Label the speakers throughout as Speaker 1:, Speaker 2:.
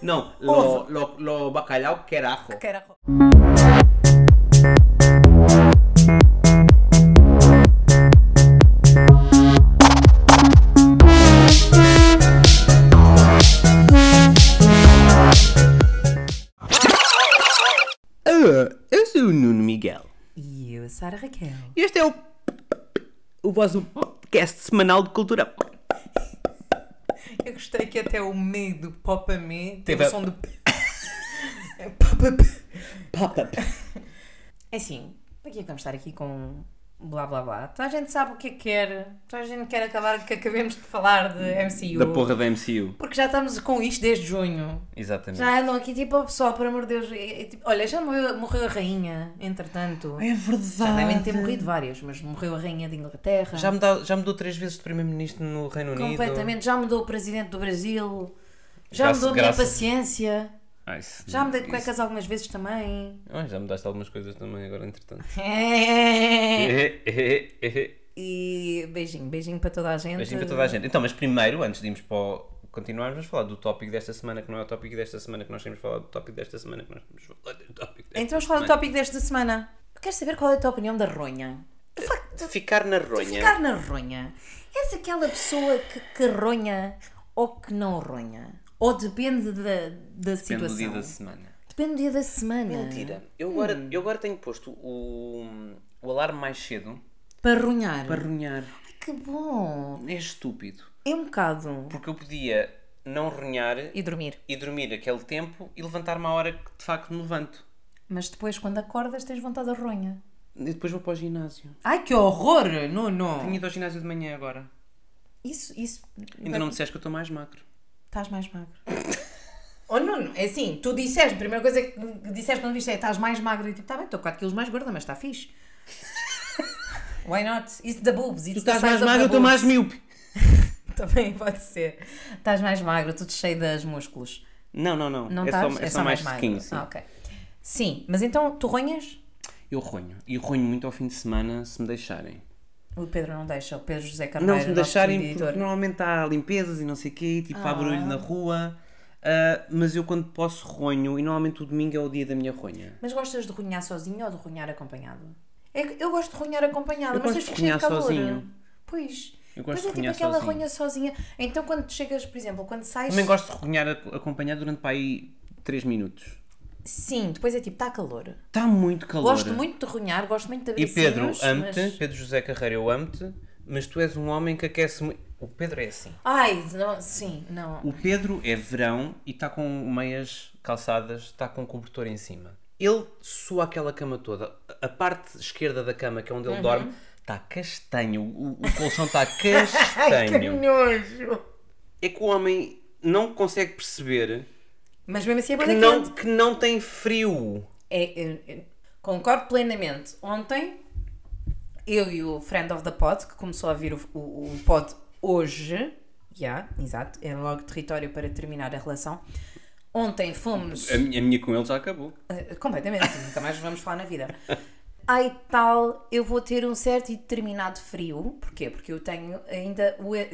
Speaker 1: No, lo, lo, lo bacalhau querajo.
Speaker 2: Carajo.
Speaker 1: Uh, eu sou o Nuno Miguel.
Speaker 2: E eu, Sara Raquel.
Speaker 1: E este é o. O vosso podcast semanal de cultura.
Speaker 2: Eu gostei que até o meio do Popamé teve
Speaker 1: Teve
Speaker 2: o
Speaker 1: a-
Speaker 2: som do. É Popamé.
Speaker 1: Pop-up.
Speaker 2: É assim, para que é que vamos estar aqui com blá blá blá? Toda a gente sabe o que é que quer, toda a gente quer acabar que acabemos de falar de MCU.
Speaker 1: Da porra da MCU.
Speaker 2: Porque já estamos com isto desde junho.
Speaker 1: Exatamente.
Speaker 2: Já andam aqui tipo, oh, pessoal, por amor de Deus. é- é tipo, olha, já morreu, morreu a rainha, entretanto.
Speaker 3: É
Speaker 2: Já
Speaker 3: verdade.
Speaker 2: devem ter morrido várias, mas morreu a rainha de Inglaterra.
Speaker 3: Já mudou, já mudou três vezes de primeiro-ministro no Reino Unido.
Speaker 2: Completamente, já mudou o presidente do Brasil, já
Speaker 3: Graças-
Speaker 2: mudou a minha
Speaker 3: graças-
Speaker 2: paciência,
Speaker 3: Ah, isso-
Speaker 2: já mudei de
Speaker 3: isso-
Speaker 2: cuecas algumas vezes também.
Speaker 3: Ah, já mudaste algumas coisas também agora, entretanto. É.
Speaker 2: E beijinho, beijinho para toda a gente.
Speaker 3: Beijinho para toda a gente. Então, mas primeiro, antes de irmos para o... continuarmos, vamos falar do tópico desta semana, que não é o tópico desta semana, que nós temos falado do tópico desta semana, que nós temos falado do tópico desta
Speaker 2: Então vamos falar do tópico desta semana. Quero saber qual é a tua opinião da ronha. De facto,
Speaker 3: semana. Ficar na ronha.
Speaker 2: ficar na ronha. És aquela pessoa que, que ronha ou que não ronha? Ou depende da, da
Speaker 3: Depende do
Speaker 2: situação?
Speaker 3: dia da semana.
Speaker 2: Depende do dia da
Speaker 3: Ah.
Speaker 2: semana.
Speaker 3: Mentira. Eu agora, eu agora tenho posto o, o alarme mais cedo
Speaker 2: Para ronhar.
Speaker 3: para ronhar.
Speaker 2: Que bom.
Speaker 3: É estúpido.
Speaker 2: É um bocado.
Speaker 3: Porque eu podia não ronhar
Speaker 2: E dormir.
Speaker 3: e dormir aquele tempo e levantar-me à hora que de facto me levanto.
Speaker 2: Mas depois, quando acordas, tens vontade de ronha.
Speaker 3: E depois vou para o ginásio.
Speaker 2: Ai, que horror! Não, não.
Speaker 3: Tinha ido ao ginásio de manhã agora.
Speaker 2: Isso, isso.
Speaker 3: Ainda não me disseste que eu estou mais macro.
Speaker 2: Estás mais magro. Oh, Nuno, é assim, tu disseste, a primeira coisa que disseste quando viste é estás mais magro e tipo, tá bem, estou 4 kg mais gorda, mas está fixe. Why not? It's the boobs. It's
Speaker 1: Tu estás mais magro, eu estou mais míope.
Speaker 2: Também pode ser. Estás mais magro, tudo cheio de músculos.
Speaker 3: Não, não, não.
Speaker 2: Não
Speaker 3: é,
Speaker 2: estás?
Speaker 3: só, é, só mais,
Speaker 2: magro.
Speaker 3: sequinho, sim.
Speaker 2: Ah, ok. Sim, mas então tu ronhas?
Speaker 3: Eu ronho. E ronho muito ao fim de semana se me deixarem.
Speaker 2: O Pedro não deixa, o Pedro José Carneiro.
Speaker 3: Não, se me
Speaker 2: nosso
Speaker 3: deixarem,
Speaker 2: editor.
Speaker 3: porque normalmente há limpezas e não sei o quê, tipo
Speaker 2: Ah.
Speaker 3: há barulho na rua. Ah, mas eu quando posso ronho, e normalmente o domingo é o dia da minha ronha.
Speaker 2: Mas gostas de ronhar sozinho ou de ronhar acompanhado? É que eu gosto de ronhar acompanhado,
Speaker 3: Eu
Speaker 2: mas
Speaker 3: gosto
Speaker 2: tens
Speaker 3: de
Speaker 2: que cheio de
Speaker 3: ronhar
Speaker 2: calor.
Speaker 3: sozinho.
Speaker 2: Pois.
Speaker 3: Eu
Speaker 2: mas
Speaker 3: gosto
Speaker 2: é
Speaker 3: de
Speaker 2: tipo
Speaker 3: ronhar
Speaker 2: aquela
Speaker 3: sozinho.
Speaker 2: ronha sozinha. Então quando chegas, por exemplo, quando sais.
Speaker 3: Também gosto de ronhar ac- acompanhado durante para aí 3 minutos.
Speaker 2: Sim, depois é tipo, está calor.
Speaker 3: Está muito calor.
Speaker 2: Gosto muito de ronhar, gosto muito de
Speaker 3: E
Speaker 2: abracinhos.
Speaker 3: Pedro, amo-te,
Speaker 2: mas-
Speaker 3: Pedro José Carreira, eu amo-te, mas tu és um homem que aquece muito. O Pedro é assim.
Speaker 2: Ai, não, sim, não.
Speaker 3: O Pedro é verão e está com meias calçadas, está com um cobertor em cima. Ele sua aquela cama toda. A parte esquerda da cama, que é onde
Speaker 2: Uhum.
Speaker 3: ele dorme, está castanho. O, o colchão está castanho.
Speaker 2: nojo!
Speaker 3: é que o homem não consegue perceber
Speaker 2: Mas mesmo assim é
Speaker 3: que
Speaker 2: bem
Speaker 3: não, que não tem frio.
Speaker 2: É, é, é, concordo plenamente. Ontem, eu e o Friend of the Pod, que começou a vir o, o, o pod hoje, já, exato, é logo território para terminar a relação. Ontem fomos.
Speaker 3: minha, a minha com ele já acabou.
Speaker 2: eh, Completamente, nunca mais vamos falar na vida. Ai tal, eu vou ter um certo e determinado frio. Porquê? Porque eu tenho ainda o, e-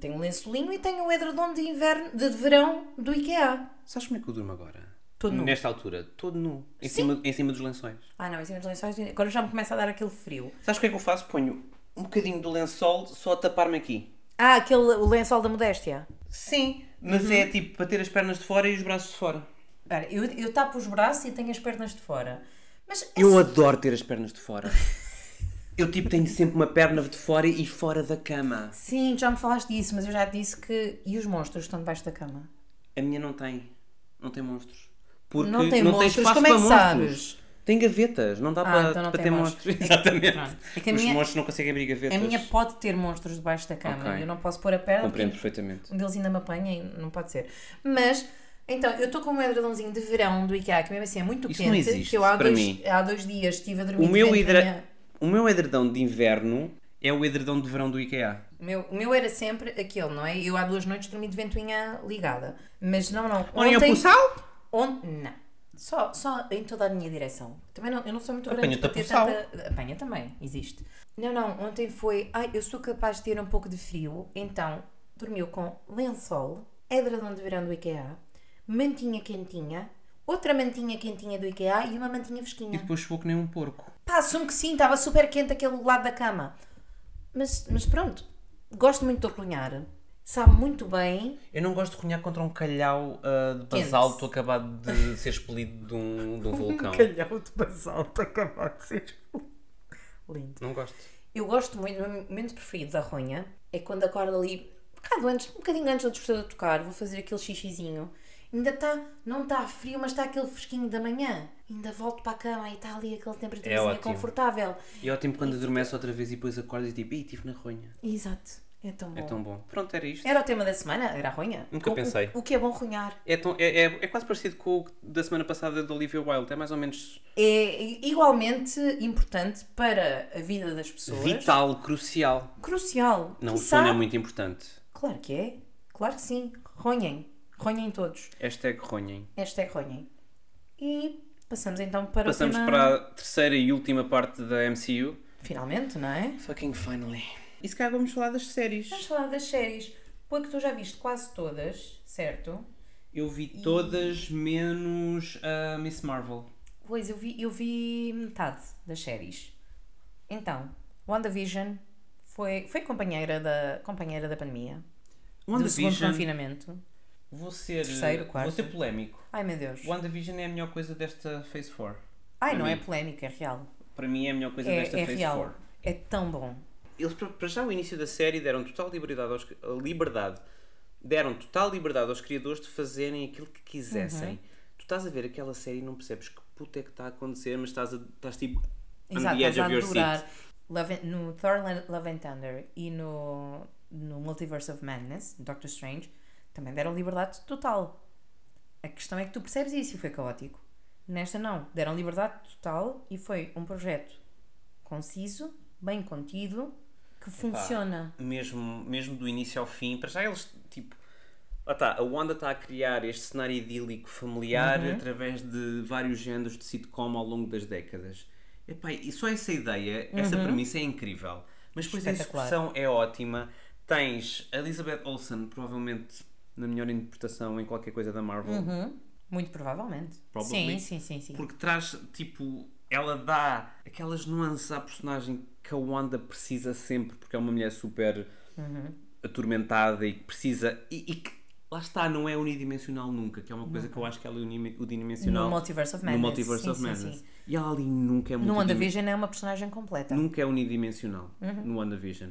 Speaker 2: tenho um lençolinho e tenho o edredom de inverno, de verão do IKEA.
Speaker 3: Sabes como é que eu durmo agora?
Speaker 2: Todo nu.
Speaker 3: Nesta altura, todo nu. Em cima, em cima dos lençóis.
Speaker 2: Ah não, em cima dos lençóis, agora já me começa a dar aquele frio.
Speaker 3: Sabes o que é que eu faço? Ponho um bocadinho do lençol só a tapar-me aqui.
Speaker 2: Ah, aquele o lençol da modéstia.
Speaker 3: Sim, mas é tipo para ter as pernas de fora e os braços de fora.
Speaker 2: Espera, eu, eu tapo os braços e tenho as pernas de fora. Mas
Speaker 3: Eu adoro ter as pernas de fora. Eu tipo tenho sempre uma perna de fora e fora da cama.
Speaker 2: sim, já me falaste disso, mas eu já te disse que. E os monstros estão debaixo da cama?
Speaker 3: A minha não tem. Não tem monstros. Porque
Speaker 2: Não tem monstros,
Speaker 3: espaço
Speaker 2: como é
Speaker 3: para
Speaker 2: que
Speaker 3: monstros.
Speaker 2: sabes?
Speaker 3: Tem gavetas, não dá para,
Speaker 2: então não
Speaker 3: para
Speaker 2: tem
Speaker 3: ter
Speaker 2: monstros.
Speaker 3: monstros. Exatamente.
Speaker 2: Pronto. É que a
Speaker 3: Os
Speaker 2: minha-
Speaker 3: monstros não conseguem abrir gavetas.
Speaker 2: A minha pode ter monstros debaixo da cama.
Speaker 3: Ok.
Speaker 2: Eu não posso pôr a perna.
Speaker 3: Compreendo
Speaker 2: porque
Speaker 3: perfeitamente.
Speaker 2: Um deles ainda me apanha e não pode ser. Mas. Então, eu estou com um edredomzinho de verão do IKEA, que mesmo assim é muito
Speaker 3: Isso
Speaker 2: quente.
Speaker 3: não existe
Speaker 2: que eu há
Speaker 3: para
Speaker 2: dois,
Speaker 3: mim.
Speaker 2: há dois dias estive a dormir
Speaker 3: O meu,
Speaker 2: dentro da
Speaker 3: hidra-
Speaker 2: minha-
Speaker 3: o meu edredão de inverno é o edredão de verão do IKEA.
Speaker 2: O meu, o meu era sempre aquele, não é? Eu há duas noites dormi de ventoinha ligada. Mas não, não.
Speaker 3: Olha para o sal?
Speaker 2: Ontem, não. Só, só em toda a minha direção. Também não, eu não sou muito grande
Speaker 3: Apanha-te
Speaker 2: para ter
Speaker 3: a pulsar.
Speaker 2: tanta... Apanha também, existe. Não, não, ontem foi... Ai, eu sou capaz de ter um pouco de frio, então dormiu com lençol, edredom de verão do IKEA, mantinha quentinha, outra mantinha quentinha do IKEA e uma mantinha
Speaker 3: E
Speaker 2: fresquinha.
Speaker 3: depois chegou que nem um porco.
Speaker 2: Pá, assumo que sim, estava super quente aquele lado da cama. Mas, mas pronto, gosto muito de orgulhar. Sabe muito bem.
Speaker 3: Eu não gosto de cunhar contra um calhau ah, de
Speaker 2: Quente.
Speaker 3: basalto acabado de ser expelido de um, de um vulcão.
Speaker 2: Calhau de basalto acabou de ser. Lindo.
Speaker 3: Não gosto.
Speaker 2: Eu gosto muito, o meu momento preferido da ronha é quando acordo ali, um bocado antes, um bocadinho antes do despertador tocar, vou fazer aquele xixizinho. Ainda está, não está frio, mas está aquele fresquinho da manhã. Ainda volto para a cama e está ali aquela temperaturazinha
Speaker 3: É ótimo.
Speaker 2: confortável.
Speaker 3: E é ótimo quando adormece outra vez e depois acordas e tipo, ih, estive na ronha.
Speaker 2: Exato, é tão bom.
Speaker 3: É tão bom. Pronto, era isto.
Speaker 2: Era o tema da semana, era a ronha.
Speaker 3: Nunca
Speaker 2: O- o-
Speaker 3: pensei.
Speaker 2: O, que é bom ronhar.
Speaker 3: É, tão- é- é- é quase parecido com o da semana passada da Olivia Wilde. É mais ou menos
Speaker 2: É igualmente importante para a vida das pessoas.
Speaker 3: vital, crucial.
Speaker 2: Crucial.
Speaker 3: Não, o
Speaker 2: Quiçá-
Speaker 3: sono é muito importante.
Speaker 2: Claro que é. Claro que sim. Ronhem. Ronhem todos.
Speaker 3: Hashtag ronhem.
Speaker 2: Hashtag Ronhem. E passamos então para
Speaker 3: Passamos
Speaker 2: o tema...
Speaker 3: para a terceira e última parte da MCU.
Speaker 2: Finalmente, não é?
Speaker 3: Fucking finally. E se calhar vamos falar das séries.
Speaker 2: Vamos falar das séries. Porque tu já viste quase todas, certo?
Speaker 3: Eu vi todas menos a Miss Marvel.
Speaker 2: Pois, eu vi, eu vi metade das séries. Então, WandaVision foi, foi companheira, da, companheira da pandemia. do segundo
Speaker 3: WandaVision.
Speaker 2: confinamento.
Speaker 3: Vou ser,
Speaker 2: Terceiro,
Speaker 3: vou
Speaker 2: quarto.
Speaker 3: ser polémico.
Speaker 2: Ai meu Deus.
Speaker 3: WandaVision é a melhor coisa desta Phase 4.
Speaker 2: Ai,
Speaker 3: Para
Speaker 2: não é
Speaker 3: mim.
Speaker 2: polémica, é real.
Speaker 3: Para mim é a melhor coisa desta
Speaker 2: É, é
Speaker 3: Phase
Speaker 2: real.
Speaker 3: 4.
Speaker 2: É tão bom.
Speaker 3: Eles, para- para já, o início da série deram total liberdade aos, liberdade. Deram total liberdade aos criadores de fazerem aquilo que quisessem.
Speaker 2: Uhum.
Speaker 3: Tu estás a ver aquela série e não percebes que puta é que está a acontecer, mas estás, a, estás tipo on
Speaker 2: Exato,
Speaker 3: the edge
Speaker 2: estás a
Speaker 3: of your seat.
Speaker 2: adorar. Love and- no Thor Lan- Love and Thunder e no, no Multiverse of Madness, Doctor Strange, também deram liberdade total. A questão é que tu percebes isso e foi caótico. Nesta não, deram liberdade total e foi um projeto conciso, bem contido, que funciona.
Speaker 3: mesmo, mesmo do início ao fim, para já eles, tipo, lá está, a Wanda está a criar este cenário idílico familiar através de vários géneros de sitcom ao longo das décadas. Epá, e só essa ideia, essa premissa é incrível. Mas depois a
Speaker 2: Espetacular.
Speaker 3: execução é ótima. Tens a Elizabeth Olsen, provavelmente na melhor interpretação em qualquer coisa da Marvel,
Speaker 2: Hum, muito provavelmente. Sim,
Speaker 3: Probably.
Speaker 2: sim, sim, sim.
Speaker 3: porque traz, tipo, ela dá aquelas nuances à personagem que a Wanda precisa sempre, porque é uma mulher super
Speaker 2: Uhum.
Speaker 3: atormentada e que precisa. E, e que, lá está, não é unidimensional nunca, que é uma coisa que eu acho que ela é unime- unidimensional.
Speaker 2: No Multiverse of Madness.
Speaker 3: No Multiverse
Speaker 2: Sim,
Speaker 3: of
Speaker 2: sim,
Speaker 3: Madness.
Speaker 2: sim.
Speaker 3: E ela ali nunca é
Speaker 2: No
Speaker 3: multidim-
Speaker 2: WandaVision Uhum. é uma personagem completa.
Speaker 3: Nunca é unidimensional no WandaVision.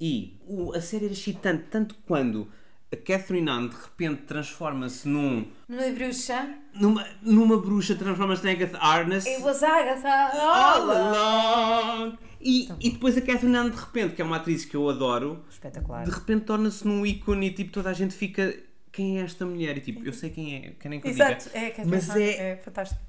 Speaker 3: E o- a série era excitante, tanto quando a Catherine Hahn de repente transforma-se num.
Speaker 2: Não é bruxa?
Speaker 3: Numa, numa bruxa, transforma-se na Agatha Harness.
Speaker 2: It was Agatha!
Speaker 3: All
Speaker 2: Olá! Então.
Speaker 3: along. E, e depois a Catherine Anne, de repente, que é uma atriz que eu adoro,
Speaker 2: Espetacular.
Speaker 3: de repente torna-se num ícone e tipo, toda a gente fica. Quem é esta mulher? E tipo, eu sei quem é, quem nem que eu diga.
Speaker 2: Exato, é, que
Speaker 3: Mas é,
Speaker 2: é fantástico.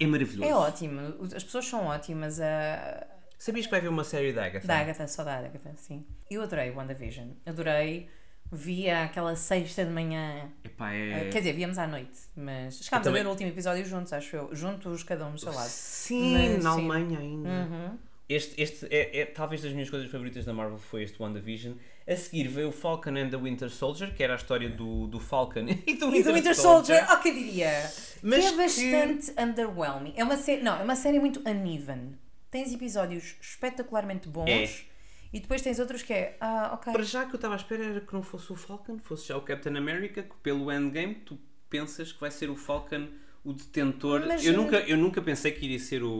Speaker 3: é maravilhoso.
Speaker 2: É ótimo, as pessoas são ótimas. A...
Speaker 3: Sabias que vai haver uma série da Agatha?
Speaker 2: Da Agatha, só da Agatha, sim. Eu adorei WandaVision, adorei. Via aquela sexta de manhã,
Speaker 3: Epá,
Speaker 2: eh,
Speaker 3: é.
Speaker 2: quer dizer, víamos à noite, mas chegámos
Speaker 3: Eu também-
Speaker 2: a ver o último episódio juntos, acho eu, juntos, cada um do seu lado.
Speaker 3: Sim,
Speaker 2: Mas,
Speaker 3: na
Speaker 2: sim. Uhum.
Speaker 3: Alemanha ainda. Este, este é, é talvez das minhas coisas favoritas da Marvel foi este WandaVision. A seguir veio o Falcon and the Winter Soldier, que era a história do, do Falcon e do Winter,
Speaker 2: E do Winter Soldier, ó que diria!
Speaker 3: Mas
Speaker 2: que é
Speaker 3: que-
Speaker 2: bastante underwhelming. É uma série, não, é uma série muito uneven. Tens episódios espetacularmente bons
Speaker 3: É.
Speaker 2: e depois tens outros que é, ah, ok.
Speaker 3: Para já o que eu estava à espera era que não fosse o Falcon, fosse já o Captain America, que pelo endgame tu pensas que vai ser o Falcon o detentor.
Speaker 2: Mas- eh,
Speaker 3: Eu, nunca, eu nunca pensei que iria ser o,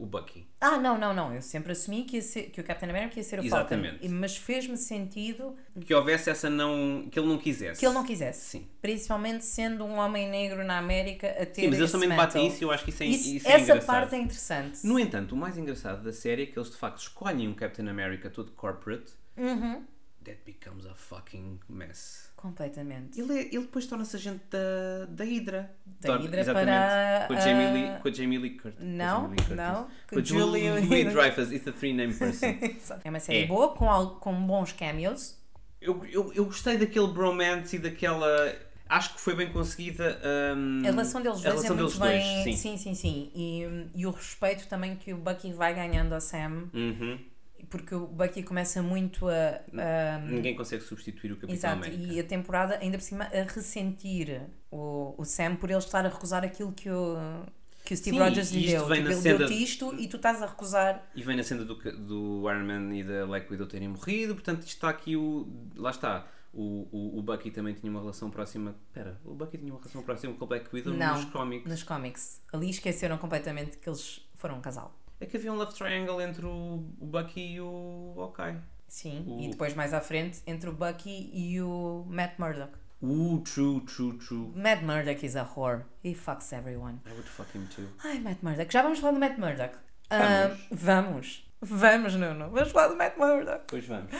Speaker 3: o Bucky.
Speaker 2: Ah, não, não, não. Eu sempre assumi que, ia ser- que o Captain America ia ser o Falcon.
Speaker 3: Exatamente.
Speaker 2: E- Mas fez-me sentido
Speaker 3: Que houvesse essa não. que ele não quisesse.
Speaker 2: que ele não quisesse.
Speaker 3: Sim.
Speaker 2: Principalmente sendo um homem negro na América a ter
Speaker 3: Sim, mas eles
Speaker 2: esse
Speaker 3: também
Speaker 2: mantle.
Speaker 3: debatem isso e eu acho que isso é,
Speaker 2: Isso-
Speaker 3: isso, é
Speaker 2: Essa
Speaker 3: engraçado.
Speaker 2: parte é interessante.
Speaker 3: No entanto, o mais engraçado da série é que eles de facto escolhem um Captain America todo corporate.
Speaker 2: Uhum.
Speaker 3: That becomes a fucking mess.
Speaker 2: Completamente.
Speaker 3: Ele, é- ele depois torna-se agente da, da Hydra.
Speaker 2: Da
Speaker 3: Torna-
Speaker 2: Hydra
Speaker 3: exatamente.
Speaker 2: para
Speaker 3: Com a
Speaker 2: a-
Speaker 3: Jamie Lee, com a Jamie Lee Curtis.
Speaker 2: Não,
Speaker 3: com a Jamie Lee Curtis.
Speaker 2: não,
Speaker 3: Com
Speaker 2: com
Speaker 3: a Julie,
Speaker 2: Julia Louis-
Speaker 3: Dreyfus. It's a three-name person.
Speaker 2: É uma série
Speaker 3: É.
Speaker 2: boa, com, al- com bons cameos.
Speaker 3: eu, eu, eu gostei daquele bromance e daquela... Acho que foi bem conseguida hum,
Speaker 2: A relação deles
Speaker 3: a
Speaker 2: dois
Speaker 3: relação
Speaker 2: é muito
Speaker 3: deles
Speaker 2: bem.
Speaker 3: dois, sim.
Speaker 2: sim, sim. sim. E, e o respeito também que o Bucky vai ganhando a Sam.
Speaker 3: Uhum.
Speaker 2: Porque o Bucky começa muito a. a-
Speaker 3: Ninguém consegue substituir o Capitão
Speaker 2: Uhum. exato,
Speaker 3: América.
Speaker 2: e a temporada ainda por cima a ressentir o, o Sam por ele estar a recusar aquilo que o, que o Steve
Speaker 3: Sim,
Speaker 2: Rogers
Speaker 3: e
Speaker 2: lhe
Speaker 3: isto
Speaker 2: deu.
Speaker 3: vem
Speaker 2: Tipo,
Speaker 3: na
Speaker 2: ele
Speaker 3: senda-
Speaker 2: deu-te isto e tu estás a recusar.
Speaker 3: E vem na senda do, ca- do Iron Man e da Black Widow terem morrido, portanto isto está aqui o. Lá está. O, o, o Bucky também tinha uma relação próxima. Espera, o Bucky tinha uma relação próxima com a Black Widow
Speaker 2: Não,
Speaker 3: nos cómics.
Speaker 2: Nos cómics. Ali esqueceram completamente que eles foram um casal.
Speaker 3: É que havia um love triangle entre o, o Bucky e o Hawkeye.
Speaker 2: Sim.
Speaker 3: O-
Speaker 2: E depois mais à frente entre o Bucky e o Matt Murdock.
Speaker 3: Uh, true, true, true.
Speaker 2: Matt Murdock is a whore. He fucks everyone.
Speaker 3: I would fuck him too.
Speaker 2: Ai, Matt Murdock. Já vamos falar do Matt Murdock. Ah, vamos. Vamos, Nuno. Vamos falar do Matt Murdock.
Speaker 3: Pois vamos.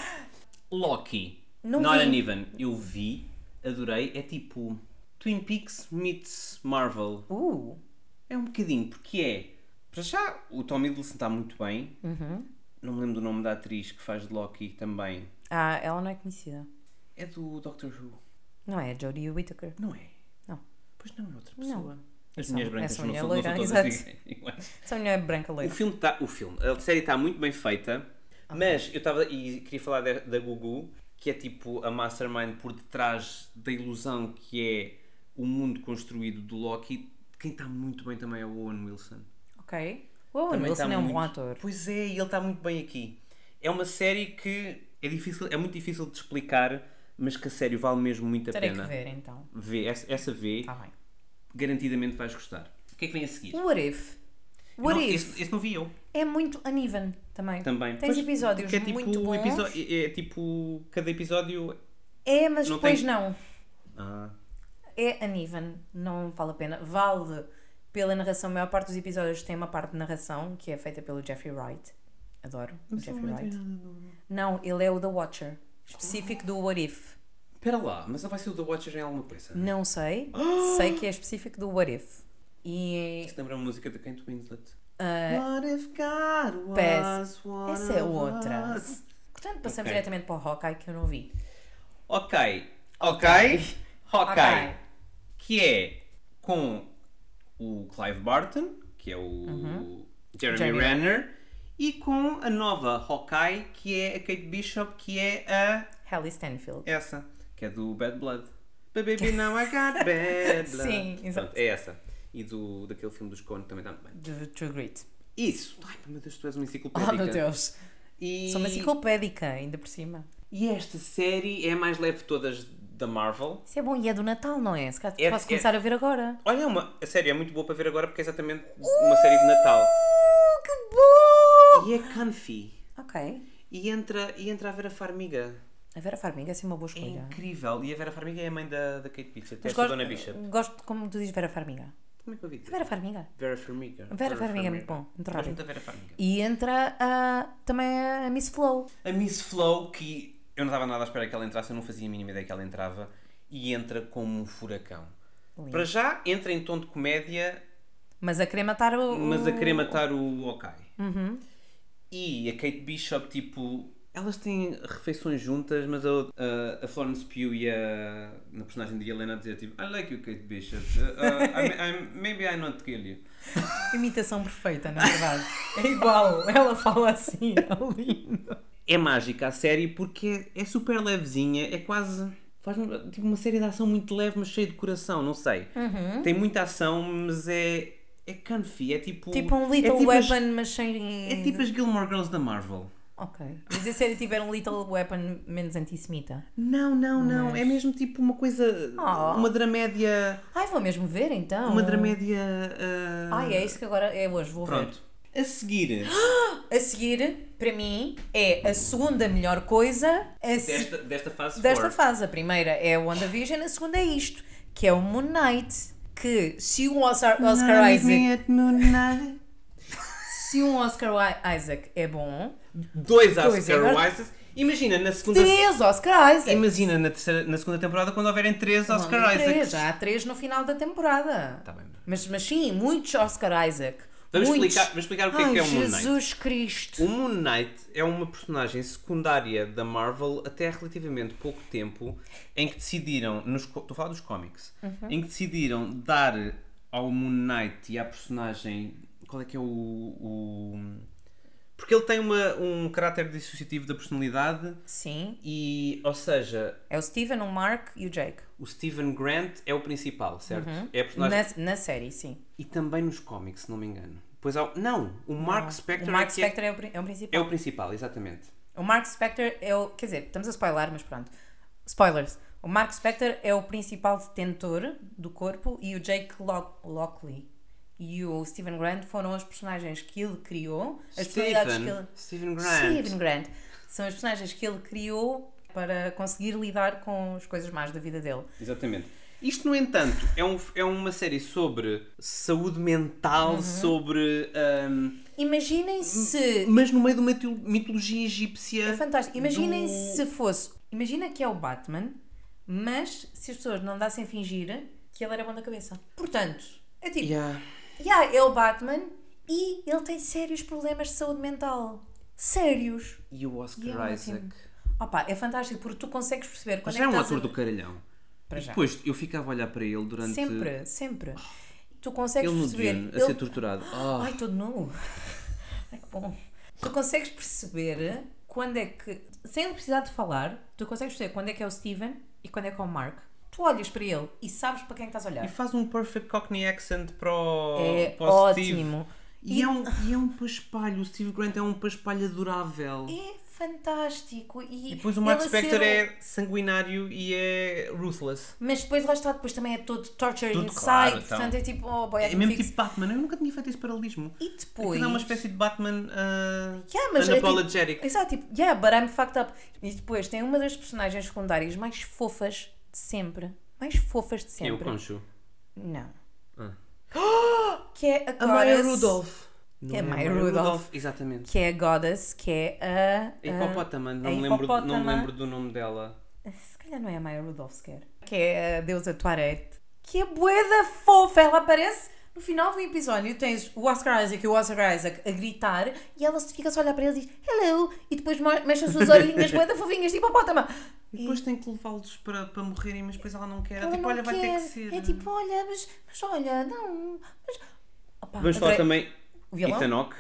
Speaker 3: Loki.
Speaker 2: Não
Speaker 3: Not
Speaker 2: vi.
Speaker 3: an even. Eu vi, adorei. É tipo Twin Peaks meets Marvel.
Speaker 2: Uh,
Speaker 3: É um bocadinho, porque é. Para já, o Tom Hiddleston está muito bem.
Speaker 2: uhum.
Speaker 3: Não me lembro do nome da atriz que faz de Loki também.
Speaker 2: ah, ela não é conhecida.
Speaker 3: É do Doctor Who.
Speaker 2: Não é a Jodie Whittaker.
Speaker 3: Não é?
Speaker 2: Não.
Speaker 3: Pois não, é outra pessoa. As mulheres
Speaker 2: Essa-
Speaker 3: brancas
Speaker 2: essa
Speaker 3: não,
Speaker 2: mulher
Speaker 3: são, não são
Speaker 2: loira,
Speaker 3: todas assim,
Speaker 2: exato.
Speaker 3: iguais.
Speaker 2: Essa mulher é branca
Speaker 3: O
Speaker 2: loira.
Speaker 3: filme está. O filme. A série está muito bem feita. Mas eu estava. E queria falar da, da Gugu, que é tipo a mastermind por detrás da ilusão que é o mundo construído do Loki. Quem está muito bem também é o Owen Wilson.
Speaker 2: Ok. Uou,
Speaker 3: Também
Speaker 2: Wilson
Speaker 3: tá
Speaker 2: é um
Speaker 3: muito-
Speaker 2: bom ator.
Speaker 3: Pois é, e ele está muito bem aqui. É uma série que é, difícil, é muito difícil de explicar, mas que a série vale mesmo muito a
Speaker 2: Terei que
Speaker 3: pena.
Speaker 2: ver, então.
Speaker 3: Vê, essa, essa vê,
Speaker 2: Tá bem.
Speaker 3: garantidamente vais gostar. O que é que vem a seguir?
Speaker 2: O What If. What
Speaker 3: não,
Speaker 2: If
Speaker 3: Esse, esse não vi eu
Speaker 2: é muito uneven também.
Speaker 3: também.
Speaker 2: Tens
Speaker 3: Pois,
Speaker 2: episódios
Speaker 3: porque é tipo
Speaker 2: muito bons.
Speaker 3: episo- é, é tipo, cada episódio.
Speaker 2: É, mas
Speaker 3: Não
Speaker 2: depois
Speaker 3: tem-
Speaker 2: não.
Speaker 3: Ah,
Speaker 2: é uneven, não vale a pena. Vale pela narração, a maior parte dos episódios tem uma parte de narração que é feita pelo Jeffrey Wright. Adoro o Jeffrey Wright. Não, ele é o The Watcher, específico do What If.
Speaker 3: espera lá, mas não vai ser o The Watcher em alguma coisa?
Speaker 2: Não sei, sei que é específico do What If. E
Speaker 3: Isso lembra a música da Kate Winslet?
Speaker 2: ah,
Speaker 3: What if God was
Speaker 2: Pés.
Speaker 3: one
Speaker 2: Essa é
Speaker 3: of
Speaker 2: outra.
Speaker 3: us?
Speaker 2: portanto, passamos
Speaker 3: Ok.
Speaker 2: diretamente para o Hawkeye que eu não vi.
Speaker 3: Ok. Ok. Ok. Que é com o Clive Barton, que é o Jeremy,
Speaker 2: Uhum. Jeremy
Speaker 3: Renner, e com a nova Hawkeye, que é a Kate Bishop, que é a
Speaker 2: Hallie Stanfield.
Speaker 3: essa, que é do Bad Blood. But baby, now I got bad blood.
Speaker 2: Sim, exato.
Speaker 3: Pronto, é essa. E do, daquele filme dos Coen também está muito bem.
Speaker 2: Do True Grit.
Speaker 3: Isso! Ai, meu Deus, tu és
Speaker 2: Oh
Speaker 3: uma enciclopédica.
Speaker 2: meu Deus,
Speaker 3: E...
Speaker 2: sou uma enciclopédica, ainda por cima.
Speaker 3: E esta série é a mais leve de todas da Marvel.
Speaker 2: Isso é bom, e é do Natal, não é? Se calhar
Speaker 3: É-
Speaker 2: posso
Speaker 3: é-
Speaker 2: começar a ver agora.
Speaker 3: Olha, é uma, a série é muito boa para ver agora porque é exatamente uma série de Natal.
Speaker 2: Oh, que bom!
Speaker 3: E é comfy.
Speaker 2: Ok.
Speaker 3: E entra, e entra a Vera Farmiga.
Speaker 2: A Vera Farmiga é assim uma boa
Speaker 3: É
Speaker 2: escolha.
Speaker 3: incrível. E a Vera Farmiga é a mãe da, da Kate Bishop.
Speaker 2: Mas
Speaker 3: Essa é
Speaker 2: gosto,
Speaker 3: Dona Bishop.
Speaker 2: gosto como tu dizes Vera Farmiga.
Speaker 3: Como é que eu vi dizer?
Speaker 2: Vera Farmiga.
Speaker 3: Vera Farmiga.
Speaker 2: Vera Farmiga é muito bom, muito
Speaker 3: Gosto
Speaker 2: rápido.
Speaker 3: da Vera Farmiga.
Speaker 2: E entra a, também a Miss Flow.
Speaker 3: A Miss Flow, que eu não estava nada à espera que ela entrasse, eu não fazia a mínima ideia que ela entrava, e entra como um furacão.
Speaker 2: Lindo.
Speaker 3: Para já, entra em tom de comédia,
Speaker 2: Mas a querer matar o.
Speaker 3: mas a querer matar o Hawkeye. E a Kate Bishop, tipo, elas têm refeições juntas, mas a, a- a Florence Pugh e a, na personagem de Helena dizia tipo, I like you, Kate Bishop. Uh, I'm- I'm- maybe I not kill you.
Speaker 2: Imitação perfeita, na verdade. é igual. Ela fala assim, é lindo.
Speaker 3: É mágica a série porque é, é super levezinha, é quase. Faz um- tipo, uma série de ação muito leve, mas cheia de coração, não sei.
Speaker 2: Uhum.
Speaker 3: Tem muita ação, mas é. É comfy, é tipo.
Speaker 2: Tipo um
Speaker 3: é
Speaker 2: Little
Speaker 3: tipo as-
Speaker 2: Weapon, mas sem.
Speaker 3: é tipo as Gilmore Girls da Marvel.
Speaker 2: Ok. Mas esse era tipo era um Little Weapon menos antissemita.
Speaker 3: Não, não, não. É mesmo tipo uma coisa.
Speaker 2: Oh.
Speaker 3: Uma dramédia.
Speaker 2: Ai, vou mesmo ver então.
Speaker 3: Uma dramédia. ah,
Speaker 2: Ai, é isso que agora é hoje, vou ver.
Speaker 3: Pronto. A seguir.
Speaker 2: A seguir, para mim, é a segunda melhor coisa a se-
Speaker 3: Desta, desta fase
Speaker 2: desta
Speaker 3: four.
Speaker 2: fase. A primeira é o WandaVision, a segunda é isto, que é o Moon Knight. Que se um Oscar, Oscar
Speaker 3: Night
Speaker 2: Isaac,
Speaker 3: at midnight.
Speaker 2: se um Oscar Wi- Isaac é bom,
Speaker 3: Dois Oscar
Speaker 2: Dois, agora-
Speaker 3: Isaacs. Imagina na segunda.
Speaker 2: três Oscar Isaac.
Speaker 3: Imagina na, terceira, na segunda temporada quando houverem três
Speaker 2: Não,
Speaker 3: Oscar
Speaker 2: não,
Speaker 3: Isaacs.
Speaker 2: três, já há três no final da temporada.
Speaker 3: Tá bem.
Speaker 2: Mas, mas sim, muitos Oscar Isaac.
Speaker 3: Vamos
Speaker 2: muitos.
Speaker 3: explicar- vamos explicar o que é
Speaker 2: Ai,
Speaker 3: que é o Moon Knight.
Speaker 2: Jesus Cristo.
Speaker 3: O Moon Knight é uma personagem secundária da Marvel até há relativamente pouco tempo em que decidiram, nos, co- estou a falar dos cómics,
Speaker 2: Uhum.
Speaker 3: em que decidiram dar ao Moon Knight e à personagem, qual é que é o, o Porque ele tem uma, um caráter dissociativo da personalidade
Speaker 2: Sim.
Speaker 3: e, ou seja,
Speaker 2: É o Steven, o Mark e o Jake.
Speaker 3: o Steven Grant é o principal, certo?
Speaker 2: Uhum.
Speaker 3: É a personagem.
Speaker 2: Na, na série, sim.
Speaker 3: E também nos cómics, se não me engano. Pois há... o- Não, o Mark Spector
Speaker 2: o Mark
Speaker 3: é, que é-
Speaker 2: Spector é o, pri- é o principal.
Speaker 3: é o principal, exatamente.
Speaker 2: O Mark Spector é o. Quer dizer, estamos a spoiler, mas pronto. Spoilers. O Mark Spector é o principal detentor do corpo e o Jake Lock- Lockley e o Steven Grant foram as personagens que ele criou, as personalidades que ele.
Speaker 3: Steven, Steven Grant.
Speaker 2: Steven Grant. São as personagens que ele criou para conseguir lidar com as coisas más da vida dele.
Speaker 3: Exatamente. Isto, no entanto, é, um, é uma série sobre saúde mental,
Speaker 2: Uhum.
Speaker 3: sobre. ahm,
Speaker 2: Imaginem se.
Speaker 3: mas no meio de uma teo- mitologia
Speaker 2: É
Speaker 3: egípcia.
Speaker 2: fantástico. Imaginem
Speaker 3: do-
Speaker 2: se fosse. Imagina que é o Batman, mas se as pessoas não andassem a fingir que ele era bom da cabeça. Portanto, é tipo.
Speaker 3: Yeah.
Speaker 2: Yeah, é o Batman e ele tem sérios problemas de saúde mental. Sérios.
Speaker 3: E o Oscar
Speaker 2: E é ótimo.
Speaker 3: Isaac.
Speaker 2: Opa, é fantástico porque tu consegues perceber
Speaker 3: Mas
Speaker 2: quando
Speaker 3: já é
Speaker 2: que
Speaker 3: um
Speaker 2: estás
Speaker 3: ator
Speaker 2: a-
Speaker 3: do caralhão.
Speaker 2: Para
Speaker 3: E
Speaker 2: já.
Speaker 3: depois eu ficava a olhar para ele durante.
Speaker 2: Sempre, sempre. Tu consegues
Speaker 3: Ele no
Speaker 2: perceber.
Speaker 3: Dune, a
Speaker 2: ele-
Speaker 3: ser torturado. Ah.
Speaker 2: Ai, todo nu. Ai, que bom. Tu consegues perceber quando é que, sem precisar de falar, tu consegues perceber quando é que é o Steven e quando é que é o Mark. Tu olhas para ele e sabes para quem é que estás a
Speaker 3: E
Speaker 2: olhar.
Speaker 3: faz um perfect Cockney accent para o,
Speaker 2: É
Speaker 3: para o Steve.
Speaker 2: ótimo.
Speaker 3: E é um, e é um paspalho. O Steve Grant é um paspalho adorável.
Speaker 2: É fantástico. E,
Speaker 3: E depois o Mark
Speaker 2: ele a ser
Speaker 3: Spector
Speaker 2: um-
Speaker 3: é sanguinário e é ruthless.
Speaker 2: Mas depois lá está, depois também é todo torture
Speaker 3: Tudo,
Speaker 2: inside,
Speaker 3: claro, então.
Speaker 2: portanto é tipo, oh boy, I
Speaker 3: É
Speaker 2: can
Speaker 3: mesmo
Speaker 2: fix-
Speaker 3: tipo Batman. Eu nunca tinha feito esse paralelismo.
Speaker 2: E depois.
Speaker 3: Aquilo é uma espécie de Batman ah,
Speaker 2: Yeah, mas é tipo-
Speaker 3: unapologetic.
Speaker 2: Exato, tipo, yeah, but I'm fucked up. E depois tem uma das personagens secundárias mais fofas de sempre. Mais fofas de sempre.
Speaker 3: Concho.
Speaker 2: Não.
Speaker 3: Ah.
Speaker 2: Que é a
Speaker 3: A Maya
Speaker 2: Goddess.
Speaker 3: Rudolph.
Speaker 2: Que é Maya Rudolph.
Speaker 3: Exatamente.
Speaker 2: Que é a Goddess, que é a.
Speaker 3: A hipopótama. Não,
Speaker 2: a
Speaker 3: me lembro, não me
Speaker 2: hipopótama.
Speaker 3: lembro do nome dela.
Speaker 2: a- se calhar não é a Maya Rudolph sequer. Que é a deusa Tuarete. Que é boeda fofa. Ela aparece no final do episódio. Tens o Oscar Isaac e o Oscar Isaac a gritar e ela se fica só a olhar para ele e diz hello e depois mo- mexe as suas orelhinhas boeda fofinhas de hipopótama.
Speaker 3: E depois tem que levá-los para, para morrerem, mas depois ela não quer.
Speaker 2: Ela
Speaker 3: tipo,
Speaker 2: não
Speaker 3: olha, vai ter
Speaker 2: quer.
Speaker 3: que ser.
Speaker 2: É tipo, olha, mas, mas olha, não. Mas... Opa,
Speaker 3: Vamos falar
Speaker 2: adorei-
Speaker 3: também
Speaker 2: O ah, vilão?
Speaker 3: Ethan Hawke.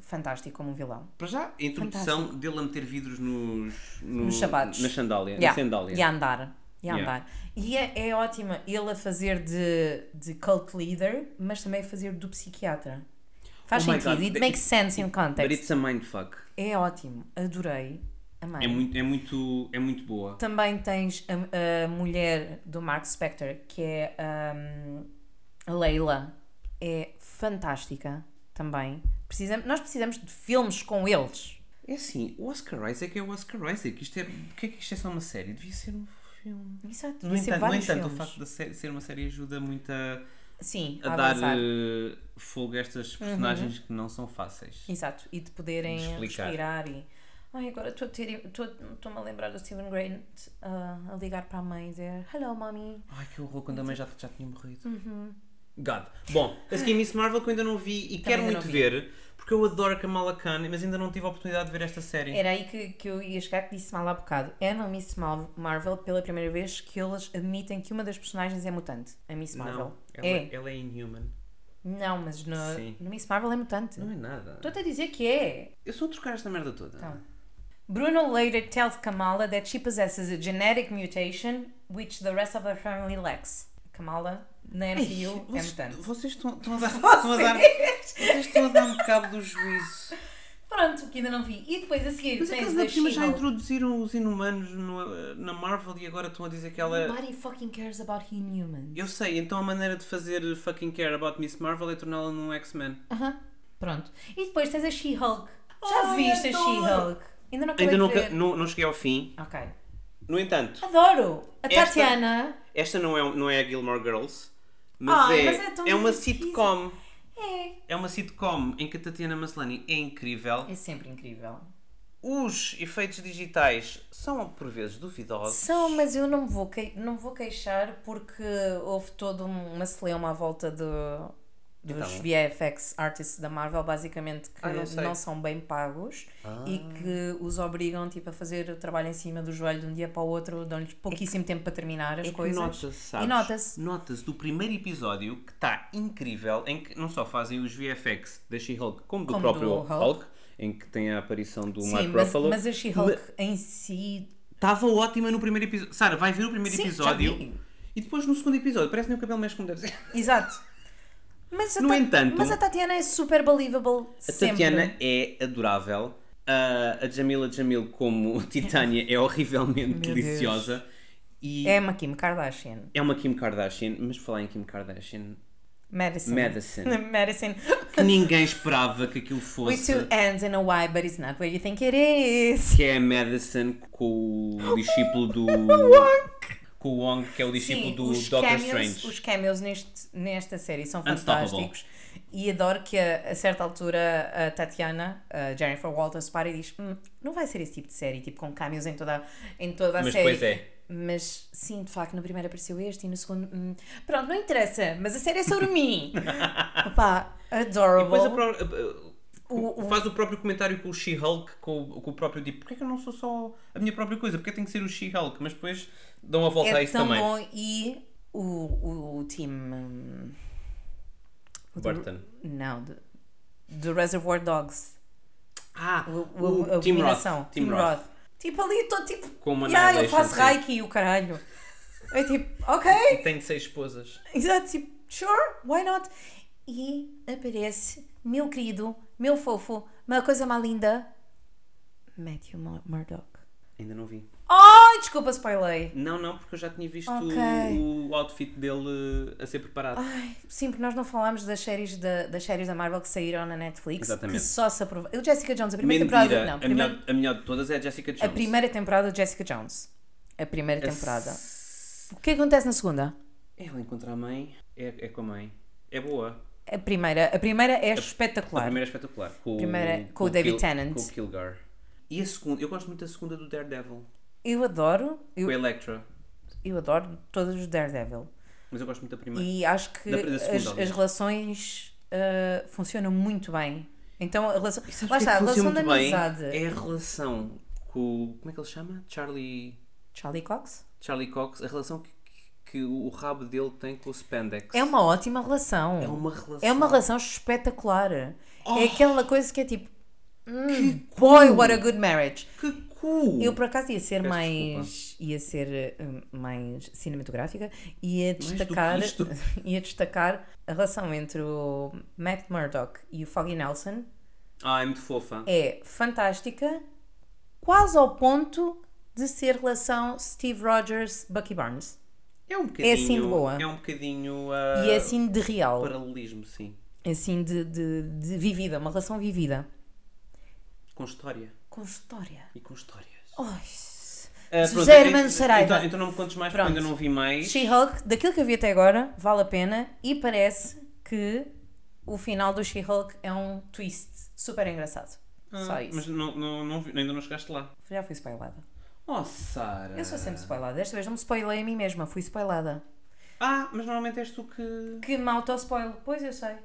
Speaker 2: Fantástico como um vilão.
Speaker 3: Para já, a introdução dele a meter vidros nos, no-
Speaker 2: Nos sapatos.
Speaker 3: Na sandália.
Speaker 2: Yeah.
Speaker 3: Na sandália.
Speaker 2: E a andar. E a
Speaker 3: É, Yeah.
Speaker 2: andar. E é, é ótima ele a fazer de, de cult leader, mas também a fazer do psiquiatra. Faz
Speaker 3: Oh my
Speaker 2: sentido.
Speaker 3: God,
Speaker 2: It
Speaker 3: that-
Speaker 2: makes sense in
Speaker 3: But
Speaker 2: context.
Speaker 3: it's a mindfuck.
Speaker 2: É ótimo. Adorei. Amei.
Speaker 3: É muito, é muito, é muito boa.
Speaker 2: Também tens a, a mulher do Mark Spector, que é hum, a Leila. É fantástica também. Precisam, nós precisamos de filmes com eles.
Speaker 3: É assim, o Oscar Isaac é o Oscar Isaac. Isto é, porque é que isto é só uma série? Devia ser um filme.
Speaker 2: Exato,
Speaker 3: No
Speaker 2: devia ser
Speaker 3: entanto, no
Speaker 2: vários
Speaker 3: entanto o
Speaker 2: filmes.
Speaker 3: facto de ser ser uma série ajuda muito a,
Speaker 2: Sim,
Speaker 3: a
Speaker 2: a
Speaker 3: dar
Speaker 2: avançar. Uhum.
Speaker 3: eh, fogo a estas personagens que não são fáceis.
Speaker 2: Exato, e de poderem
Speaker 3: De explicar.
Speaker 2: respirar e. Ai, agora estou a ter- estou- estou-me a lembrar do Steven Grant ah, a ligar para a mãe e dizer Hello, mommy.
Speaker 3: Ai, que horror, quando a mãe já, já tinha morrido.
Speaker 2: Uhum.
Speaker 3: God. Bom, a seguir Miss Marvel que eu ainda não vi e quero
Speaker 2: ainda
Speaker 3: muito
Speaker 2: não vi.
Speaker 3: ver, porque eu adoro a Kamala Khan, mas ainda não tive a oportunidade de ver esta série.
Speaker 2: Era aí que, que eu ia chegar que disse mal há bocado. É na Miss Mal- Marvel pela primeira vez que eles admitem que uma das personagens é mutante. A Miss Marvel.
Speaker 3: Não, ela
Speaker 2: é.
Speaker 3: é. ela é inhuman.
Speaker 2: Não, mas no,
Speaker 3: Sim.
Speaker 2: no Miss Marvel é mutante.
Speaker 3: Não é nada.
Speaker 2: Estou-te a dizer que é.
Speaker 3: Eu sou a trocar esta merda toda.
Speaker 2: Então. Bruno later tells Kamala that she possesses a genetic mutation which the rest of her family lacks. Kamala, na
Speaker 3: Ei,
Speaker 2: MCU, é
Speaker 3: vocês-
Speaker 2: mutante.
Speaker 3: Vocês estão estão a dar. Estão a dar vocês estão a dar-me cabo do juízo.
Speaker 2: Pronto, que ainda não vi. E depois a seguir
Speaker 3: Mas é que
Speaker 2: tens
Speaker 3: eles na
Speaker 2: a
Speaker 3: cima já
Speaker 2: She-Hulk.
Speaker 3: introduziram os inumanos no- na Marvel e agora estão a dizer que ela.
Speaker 2: Nobody fucking cares about inhumans.
Speaker 3: Eu sei, então a maneira de fazer fucking care about Miss Marvel é torná-la num X-Men.
Speaker 2: Aham. Pronto. E depois tens a She-Hulk. Já
Speaker 3: Ai,
Speaker 2: viste a
Speaker 3: adoro.
Speaker 2: She-Hulk? Ainda não acabei de
Speaker 3: Ainda nunca,
Speaker 2: ver.
Speaker 3: não, não cheguei ao fim.
Speaker 2: Ok.
Speaker 3: No entanto,
Speaker 2: Adoro! A
Speaker 3: Esta-
Speaker 2: Tatiana.
Speaker 3: esta não é, não é a Gilmore Girls, mas,
Speaker 2: Ai,
Speaker 3: é,
Speaker 2: mas é tão
Speaker 3: é uma
Speaker 2: difícil.
Speaker 3: sitcom.
Speaker 2: É.
Speaker 3: É uma sitcom em que a Tatiana Maslany é incrível.
Speaker 2: É sempre incrível.
Speaker 3: Os efeitos digitais são por vezes duvidosos.
Speaker 2: São, mas eu não me vou, que... não me vou queixar porque houve toda um- uma celeuma à volta do... dos
Speaker 3: Então.
Speaker 2: VFX artists da Marvel, basicamente, que
Speaker 3: Ah, não
Speaker 2: não,
Speaker 3: sei. Ah.
Speaker 2: são bem pagos e que os obrigam tipo, a fazer o trabalho em cima do joelho de um dia para o outro, dão-lhes pouquíssimo tempo para terminar as
Speaker 3: É que
Speaker 2: coisas.
Speaker 3: nota-se, sabes?
Speaker 2: E nota-se.
Speaker 3: Nota-se do primeiro episódio tá que está incrível, em que não só fazem os VFX da She-Hulk como do
Speaker 2: Como
Speaker 3: próprio
Speaker 2: do
Speaker 3: Hulk.
Speaker 2: Hulk.
Speaker 3: em que tem a aparição do
Speaker 2: Sim,
Speaker 3: Mark
Speaker 2: mas,
Speaker 3: Ruffalo.
Speaker 2: mas a She-Hulk em si.
Speaker 3: Estava ótima no primeiro episódio. Sara, vai ver o primeiro
Speaker 2: Sim, já vi.
Speaker 3: episódio. E depois no segundo episódio, parece nem o cabelo mexe como deve ser.
Speaker 2: Exato. Mas a
Speaker 3: No
Speaker 2: Ta-
Speaker 3: entanto-
Speaker 2: mas a Tatiana é super believable.
Speaker 3: A
Speaker 2: sempre.
Speaker 3: Tatiana é adorável. Ah, A, a Jamila Jamil, como Titânia, é horrivelmente
Speaker 2: Meu
Speaker 3: deliciosa. E
Speaker 2: É
Speaker 3: é...
Speaker 2: uma Kim Kardashian.
Speaker 3: uma Kim Kardashian, mas falar em Kim Kardashian,
Speaker 2: Madison.
Speaker 3: Madison.
Speaker 2: Madison.
Speaker 3: que ninguém esperava que aquilo
Speaker 2: With
Speaker 3: fosse.
Speaker 2: two N's and a Y, but it's not where you think it is.
Speaker 3: Que é a Madison com o discípulo do. com o Wong, que é o discípulo do
Speaker 2: os
Speaker 3: Doctor
Speaker 2: cameos,
Speaker 3: Strange.
Speaker 2: Os cameos neste, nesta série são
Speaker 3: Unstoppable.
Speaker 2: fantásticos. E adoro que a, a certa altura a Tatiana, a Jennifer Walters, para e diz: "Hum, não vai ser esse tipo de série, tipo com cameos em toda, em toda a
Speaker 3: Mas
Speaker 2: série.
Speaker 3: depois é.
Speaker 2: Mas sim, de facto, no primeiro apareceu este e no segundo. hum, pronto, não interessa, mas a série é sobre mim. Opa, adorable.
Speaker 3: Depois a pró- a- a-
Speaker 2: O- o-
Speaker 3: faz o próprio comentário com o She-Hulk, com, o- com o próprio tipo, porque é que eu não sou só a minha própria coisa, porque é que tem que ser o She-Hulk, mas depois dão a volta a
Speaker 2: é
Speaker 3: isso
Speaker 2: tão
Speaker 3: também.
Speaker 2: bom e o, o, o time. hum, o do-
Speaker 3: Burton.
Speaker 2: não, do, do Reservoir Dogs.
Speaker 3: Ah,
Speaker 2: O, o, a
Speaker 3: Tim Roth.
Speaker 2: abominação.
Speaker 3: Tim Roth.
Speaker 2: Roth. Tipo ali, estou tipo.
Speaker 3: Com uma
Speaker 2: yeah, eu
Speaker 3: Annihilation,
Speaker 2: faço
Speaker 3: sim.
Speaker 2: Reiki, o caralho. É tipo, ok.
Speaker 3: E tem seis esposas.
Speaker 2: Exato, tipo, sure, why not? E aparece, meu querido, meu fofo, uma coisa mais linda, Matthew Mur- Murdoch.
Speaker 3: Ainda não vi.
Speaker 2: Oh, desculpa, spoilei.
Speaker 3: Não, não, porque eu já tinha visto
Speaker 2: Ok. Ah,
Speaker 3: o outfit dele eh, a ser preparado.
Speaker 2: Ai, sim, porque nós não falámos das séries da, das séries da Marvel que saíram na Netflix.
Speaker 3: Exatamente.
Speaker 2: Que só se aprovou. Eu, Jessica Jones, a primeira
Speaker 3: Mentira,
Speaker 2: temporada. Não,
Speaker 3: a,
Speaker 2: primeira-
Speaker 3: melhor, a melhor de todas é a Jessica Jones. É
Speaker 2: a primeira temporada de Jessica Jones. A primeira temporada. O que acontece na segunda?
Speaker 3: Ela encontra a mãe, é, é com a mãe. É boa.
Speaker 2: A primeira, a primeira é
Speaker 3: A
Speaker 2: espetacular.
Speaker 3: primeira é espetacular. Com, o-
Speaker 2: Primeira- com o David Tennant.
Speaker 3: Com o Kilgar. E a segunda, eu gosto muito da segunda do Daredevil.
Speaker 2: Eu adoro,
Speaker 3: Com a
Speaker 2: eu,
Speaker 3: Electra.
Speaker 2: eu adoro todos os Daredevil.
Speaker 3: Mas eu gosto muito da primeira.
Speaker 2: E acho que
Speaker 3: Da- da segunda,
Speaker 2: as,
Speaker 3: aliás.
Speaker 2: as relações ah, funcionam muito bem. Então a relação.
Speaker 3: Sabes
Speaker 2: Lá
Speaker 3: o que é
Speaker 2: está,
Speaker 3: que
Speaker 2: a relação
Speaker 3: funciona
Speaker 2: da
Speaker 3: muito bem?
Speaker 2: amizade.
Speaker 3: É a relação com. o- Como é que ele se chama? Charlie.
Speaker 2: Charlie Cox?
Speaker 3: Charlie Cox, a relação que, que- que o rabo dele tem com o Spandex.
Speaker 2: É uma ótima relação.
Speaker 3: É uma relação. Oh.
Speaker 2: É uma relação espetacular. É aquela coisa que é tipo. "Hum, boy, what a good marriage.
Speaker 3: Que cu!
Speaker 2: Eu por acaso ia ser
Speaker 3: Peço
Speaker 2: mais. ia ser hum, mais cinematográfica ia
Speaker 3: do que
Speaker 2: destacar.
Speaker 3: isto.
Speaker 2: ia destacar a relação entre o Matt Murdock e o Foggy Nelson.
Speaker 3: Ah, é muito fofa.
Speaker 2: é fantástica, quase ao ponto de ser relação Steve Rogers Bucky Barnes.
Speaker 3: É um bocadinho.
Speaker 2: É assim de boa.
Speaker 3: É um bocadinho. ah,
Speaker 2: E é assim de real,
Speaker 3: Paralelismo, sim.
Speaker 2: é assim de, de, de vivida, uma relação vivida.
Speaker 3: Com história.
Speaker 2: Com história.
Speaker 3: E com histórias.
Speaker 2: Ai,
Speaker 3: Ah,
Speaker 2: José
Speaker 3: pronto,
Speaker 2: Hermano
Speaker 3: então-
Speaker 2: Saraiva.
Speaker 3: Então, então não me contes mais,
Speaker 2: Pronto.
Speaker 3: porque ainda não vi mais.
Speaker 2: She-Hulk, daquilo que eu vi até agora, vale a pena e parece que o final do She-Hulk é um twist super engraçado. Só isso.
Speaker 3: Ah, Mas não, não, não vi- ainda não chegaste lá.
Speaker 2: Já fui spoilada.
Speaker 3: Oh, Sara.
Speaker 2: Eu sou sempre spoilada. Desta vez não me spoilei a mim mesma, fui spoilada.
Speaker 3: Ah, mas normalmente és tu que.
Speaker 2: Que me auto-spoil. Pois eu sei.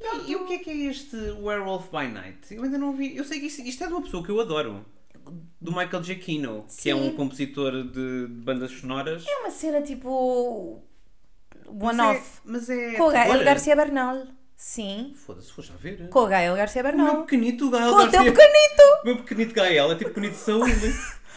Speaker 3: E, e o que é que é este Werewolf by Night? Eu ainda não vi. Eu sei que isto, isto é de uma pessoa que eu adoro. Do Michael Giacchino, que é um
Speaker 2: Sim.
Speaker 3: compositor de de bandas sonoras.
Speaker 2: É uma cena tipo.
Speaker 3: Mas
Speaker 2: One-off.
Speaker 3: é- Mas é.
Speaker 2: Com o Gael
Speaker 3: terror.
Speaker 2: Garcia Bernal. Sim.
Speaker 3: Foda-se, vou já ver.
Speaker 2: Com o Gael Garcia
Speaker 3: O meu
Speaker 2: Bernal.
Speaker 3: pequenito o Gael
Speaker 2: Com o teu
Speaker 3: Garcia.
Speaker 2: pequenito!
Speaker 3: O meu pequenito Gael é tipo pequenito de saúde.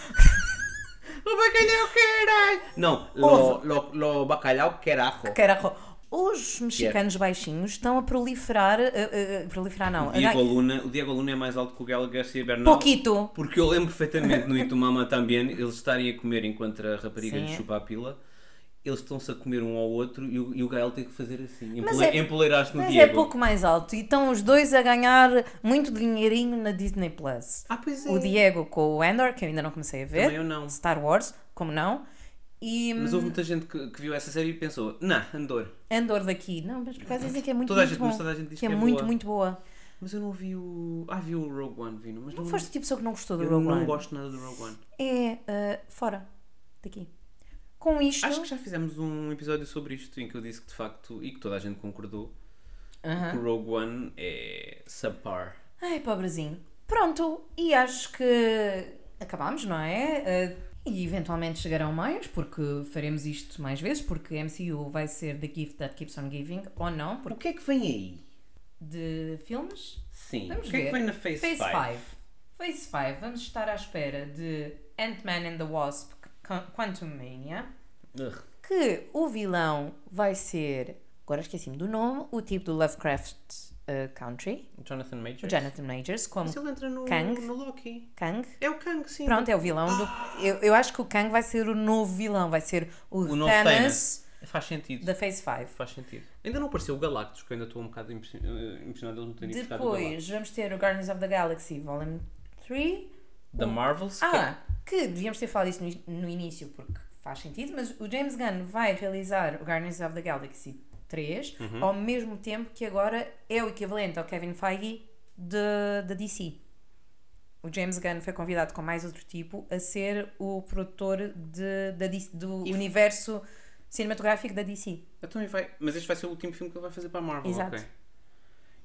Speaker 3: o bacalhau caralho! Não, lo, lo, lo bacalhau carajo.
Speaker 2: Caraca. Os mexicanos baixinhos estão a proliferar. eh, eh, proliferar não.
Speaker 3: Diego
Speaker 2: Pouquito.
Speaker 3: Luna, o Diego Luna é mais alto que o Gael Garcia Bernal.
Speaker 2: Pouquito.
Speaker 3: Porque eu lembro perfeitamente no Itumama também, eles estarem a comer enquanto a rapariga
Speaker 2: Sim.
Speaker 3: lhe chupa a pila. Eles estão-se a comer um ao outro e o, e o Gael tem que fazer assim.
Speaker 2: Mas
Speaker 3: Empole,
Speaker 2: é-
Speaker 3: Empoleirar-se no
Speaker 2: Mas
Speaker 3: Diego.
Speaker 2: é pouco mais alto. E estão os dois a ganhar muito dinheirinho na Disney Plus.
Speaker 3: Ah, pois é.
Speaker 2: O Diego com o Andor, que eu ainda não comecei a ver.
Speaker 3: Também eu não.
Speaker 2: Star Wars, como não. E hum,
Speaker 3: Mas houve muita gente que, que viu essa série e pensou, nah, Andor.
Speaker 2: Andor daqui. Não, mas por acaso dizem que é muito,
Speaker 3: Toda a
Speaker 2: muito
Speaker 3: gente- mas
Speaker 2: bom.
Speaker 3: toda a gente diz
Speaker 2: que é,
Speaker 3: que é
Speaker 2: muito,
Speaker 3: boa.
Speaker 2: muito boa.
Speaker 3: Mas eu não vi o. Ah, vi o Rogue One, vi, não, mas não,
Speaker 2: Não foste a tipo de pessoa que não gostou do
Speaker 3: eu
Speaker 2: Rogue
Speaker 3: não
Speaker 2: One.
Speaker 3: gosto nada do Rogue One.
Speaker 2: É ah, fora daqui. Com isto.
Speaker 3: Acho que já fizemos um episódio sobre isto em que eu disse que de facto, e que toda a gente concordou,
Speaker 2: Aham.
Speaker 3: que o Rogue One é subpar.
Speaker 2: Ai, pobrezinho. Pronto, e acho que acabámos, não é? Ah, e eventualmente chegarão mais, porque faremos isto mais vezes, porque MCU vai ser The Gift That Keeps On Giving, ou não, porque
Speaker 3: O que é que vem aí?
Speaker 2: de filmes.
Speaker 3: Sim.
Speaker 2: Vamos
Speaker 3: o que é
Speaker 2: ver.
Speaker 3: que vem na Face 5?
Speaker 2: Five. Phase 5, vamos estar à espera de Ant-Man and the Wasp Qu- Quantumania,
Speaker 3: Ugh.
Speaker 2: que o vilão vai ser, agora esqueci-me do nome, o tipo do Lovecraft eh, Country,
Speaker 3: Jonathan Majors.
Speaker 2: o Jonathan Majors, como
Speaker 3: Mas ele entra no,
Speaker 2: Kang.
Speaker 3: no Loki.
Speaker 2: Kang.
Speaker 3: É o Kang, sim.
Speaker 2: Pronto, é o vilão do. Eu, eu acho que o Kang vai ser o novo vilão, vai ser o,
Speaker 3: O novo
Speaker 2: Thanos
Speaker 3: Thanos. Faz sentido.
Speaker 2: da Phase 5.
Speaker 3: Faz sentido. Ainda não apareceu o Galactus, que eu ainda estou um bocado impression- eh, impressionado eles não terem buscado o Galactus.
Speaker 2: Depois vamos ter o Guardians of the Galaxy Volume 3.
Speaker 3: The Marvels.
Speaker 2: Ah, que devíamos ter falado isso no, no início porque faz sentido, mas o James Gunn vai realizar o Guardians of the Galaxy 3
Speaker 3: Uhum.
Speaker 2: ao mesmo tempo que agora é o equivalente ao Kevin Feige de- da DC. O James Gunn foi convidado com mais outro tipo a ser o produtor de, da DC do
Speaker 3: E-
Speaker 2: universo cinematográfico da DC.
Speaker 3: que- Então, e vai... Mas este vai ser o último filme que ele vai fazer para a Marvel,
Speaker 2: Exato.
Speaker 3: ok.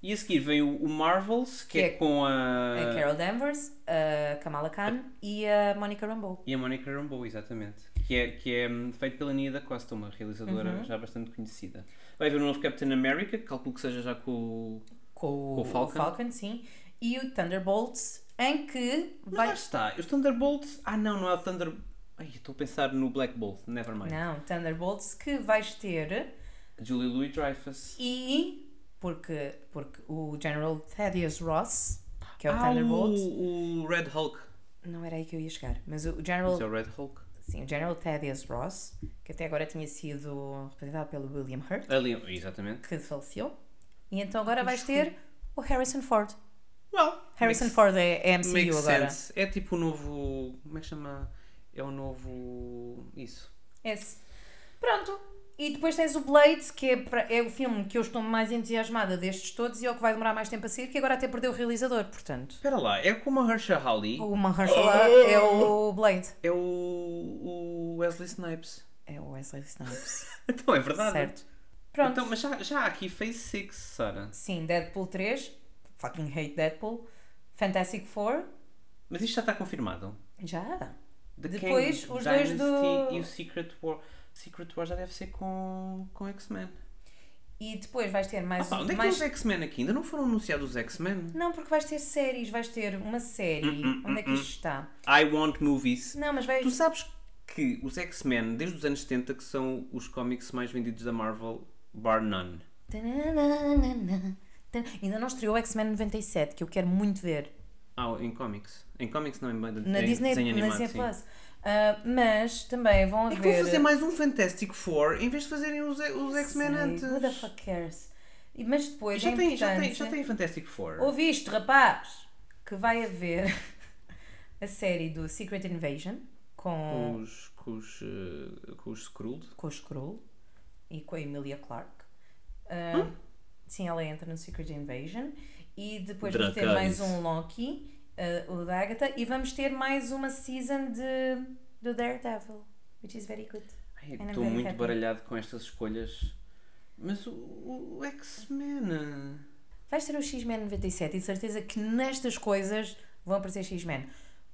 Speaker 3: E a seguir vem o, o Marvels, que,
Speaker 2: Que
Speaker 3: é,
Speaker 2: é-
Speaker 3: com a...
Speaker 2: A Carol Danvers, a Kamala Khan e a Monica Rambeau.
Speaker 3: E a Monica Rambeau, exatamente. Que é, que é hum, feito pela Nia da Costa, uma realizadora já bastante conhecida. Vai haver um novo Captain America, que calculo que seja já com o.
Speaker 2: Com o,
Speaker 3: Com o Falcon.
Speaker 2: Falcon, sim. E o Thunderbolts, em que
Speaker 3: Mas
Speaker 2: vai
Speaker 3: lá está. Os Thunderbolts. Ah, não, não é o Thunder. Ai, estou a pensar no Black Bolt, nevermind.
Speaker 2: Não, Thunderbolts que vais ter
Speaker 3: Julie Louis Dreyfus.
Speaker 2: e porque, porque o General Thaddeus Ross, que é o
Speaker 3: ah,
Speaker 2: Thunderbolt,
Speaker 3: O, o Red Hulk.
Speaker 2: não era aí que eu ia chegar, mas o General,
Speaker 3: Mas é o Red Hulk.
Speaker 2: sim, o General Thaddeus Ross, que até agora tinha sido representado pelo William Hurt,
Speaker 3: Ali, exatamente.
Speaker 2: que faleceu, e então agora vais ter o Harrison Ford.
Speaker 3: Well,
Speaker 2: Harrison
Speaker 3: makes-
Speaker 2: Ford é, é MCU
Speaker 3: makes
Speaker 2: agora.
Speaker 3: sense. É tipo o novo. Como é que chama? É o novo. Isso.
Speaker 2: Esse. Pronto. E depois tens o Blade, que é, pra- é o filme que eu estou mais entusiasmada destes todos e é o que vai demorar mais tempo a sair, que agora até perdeu o realizador, portanto.
Speaker 3: Espera lá, é como a Hersha Hawley.
Speaker 2: O Mahershala é o Blade.
Speaker 3: É o, o Wesley Snipes.
Speaker 2: É o Wesley Snipes.
Speaker 3: Então é verdade.
Speaker 2: certo. Pronto.
Speaker 3: Então, mas já, já há aqui Phase 6, Sara.
Speaker 2: Sim, Deadpool 3. Fucking hate Deadpool. Fantastic Four.
Speaker 3: Mas isto já está confirmado.
Speaker 2: Já.
Speaker 3: The
Speaker 2: Depois,
Speaker 3: Kang
Speaker 2: os dois do-
Speaker 3: Dynasty e o Secret War. Secret War já deve ser com, com X-Men.
Speaker 2: E depois vais ter
Speaker 3: Ah,
Speaker 2: mais.
Speaker 3: pá, onde é que é-
Speaker 2: mais...
Speaker 3: estão os X-Men aqui? Ainda não foram anunciados os X-Men?
Speaker 2: Não, porque vais ter séries. Vais ter uma
Speaker 3: Hum,
Speaker 2: série. onde é que isto está?
Speaker 3: I want movies.
Speaker 2: Não, mas vai.
Speaker 3: Tu sabes que os X-Men, desde os anos 70, que são os cómics mais vendidos da Marvel, bar none.
Speaker 2: Tananana. Tan- Ainda não estreou o X-Men 97, que eu quero muito ver.
Speaker 3: Ah, em cómics. Em cómics não, em,
Speaker 2: Na
Speaker 3: em
Speaker 2: Disney,
Speaker 3: desenho
Speaker 2: na
Speaker 3: animado,
Speaker 2: Disney
Speaker 3: sim.
Speaker 2: Plus. Ah, mas também vão
Speaker 3: É
Speaker 2: haver.
Speaker 3: que vão fazer mais um Fantastic Four em vez de fazerem os, os X-Men
Speaker 2: Sei,
Speaker 3: antes.
Speaker 2: Who the fuck cares? E- Mas depois
Speaker 3: Já
Speaker 2: é
Speaker 3: tem,
Speaker 2: importante.
Speaker 3: já, tem, já tem Fantastic Four.
Speaker 2: Ouviste, rapaz, que vai haver a série do Secret Invasion com,
Speaker 3: Com os, com os, eh, com os Skrull.
Speaker 2: com o Skrull e com a Emilia Clarke.
Speaker 3: Hum?
Speaker 2: Ah, Sim, ela entra no Secret Invasion. E depois vamos ter
Speaker 3: Dracarys.
Speaker 2: mais um Loki, ah, o da Agatha, e vamos ter mais uma season de, do Daredevil, which is very good. And
Speaker 3: Ai,
Speaker 2: I'm
Speaker 3: Estou
Speaker 2: very
Speaker 3: muito
Speaker 2: happy.
Speaker 3: baralhado com estas escolhas. Mas o, o- o X-Men.
Speaker 2: Vais ter o X-Men 97 e de certeza que nestas coisas vão aparecer X-Men.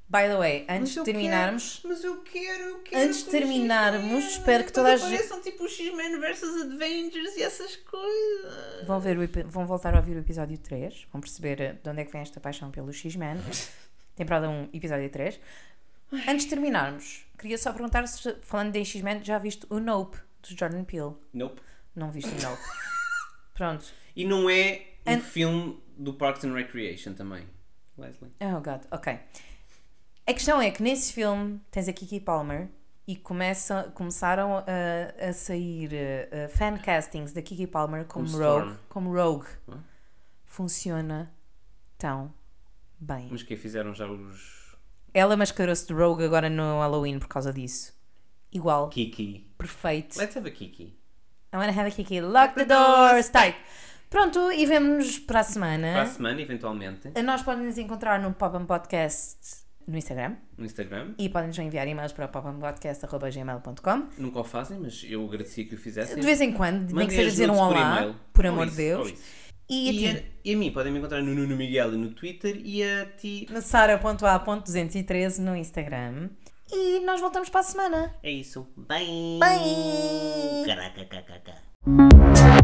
Speaker 2: By the way,
Speaker 3: Mas
Speaker 2: antes de
Speaker 3: eu
Speaker 2: terminarmos,
Speaker 3: quero- mas eu quero, eu quero.
Speaker 2: Antes de
Speaker 3: que os
Speaker 2: terminarmos,
Speaker 3: X-Men
Speaker 2: espero que toda a gente-
Speaker 3: Apareçam tipo os X-Men versus Avengers e essas coisas.
Speaker 2: vão, ver o epi- vão voltar a ouvir o episódio 3, vão perceber eh, de onde é que vem esta paixão pelo X-Men. Temporada 1, episódio 3. Antes de terminarmos, queria só perguntar se, falando de X-Men, já viste o Nope, do Jordan Peele?
Speaker 3: Nope.
Speaker 2: Não viste o Nope. Pronto.
Speaker 3: E não é um
Speaker 2: And-
Speaker 3: filme do Parks and Recreation também. Leslie.
Speaker 2: Oh God, ok. A questão é que nesse filme tens a Kiki Palmer e começa, começaram a, a sair uh, fan castings da Kiki Palmer como,
Speaker 3: Como
Speaker 2: Rogue.
Speaker 3: Storm. Hum?
Speaker 2: Como Rogue.
Speaker 3: Hã?
Speaker 2: Funciona tão bem.
Speaker 3: Mas que fizeram já os.
Speaker 2: Ela mascarou-se de Rogue agora no Halloween por causa disso. Igual,
Speaker 3: Kiki.
Speaker 2: perfeito.
Speaker 3: Let's have a Kiki.
Speaker 2: I wanna have a Kiki. Lock the doors tight. Pronto, e vemo-nos para a semana.
Speaker 3: Para a semana, eventualmente,
Speaker 2: Nós podem nos encontrar no Pop-Up Podcast no Instagram.
Speaker 3: no Instagram.
Speaker 2: e podem-nos enviar e-mails para popambodcast.gmail.com
Speaker 3: Nunca o fazem, mas eu agradecia que o fizessem.
Speaker 2: de vez em quando, nem
Speaker 3: Mandem
Speaker 2: que seja
Speaker 3: as
Speaker 2: dizer um
Speaker 3: nudes
Speaker 2: olá,
Speaker 3: e-mail.
Speaker 2: por, amor
Speaker 3: Ou
Speaker 2: de
Speaker 3: isso,
Speaker 2: Deus.
Speaker 3: ou isso.
Speaker 2: E
Speaker 3: E,
Speaker 2: a ti,
Speaker 3: a, e a mim podem me encontrar no Nuno Miguel no Twitter e a ti.
Speaker 2: no sara.a.213 no Instagram. E nós voltamos para a semana.
Speaker 3: É isso. Bye!
Speaker 2: Bye!
Speaker 3: Caraca, caraca, caraca.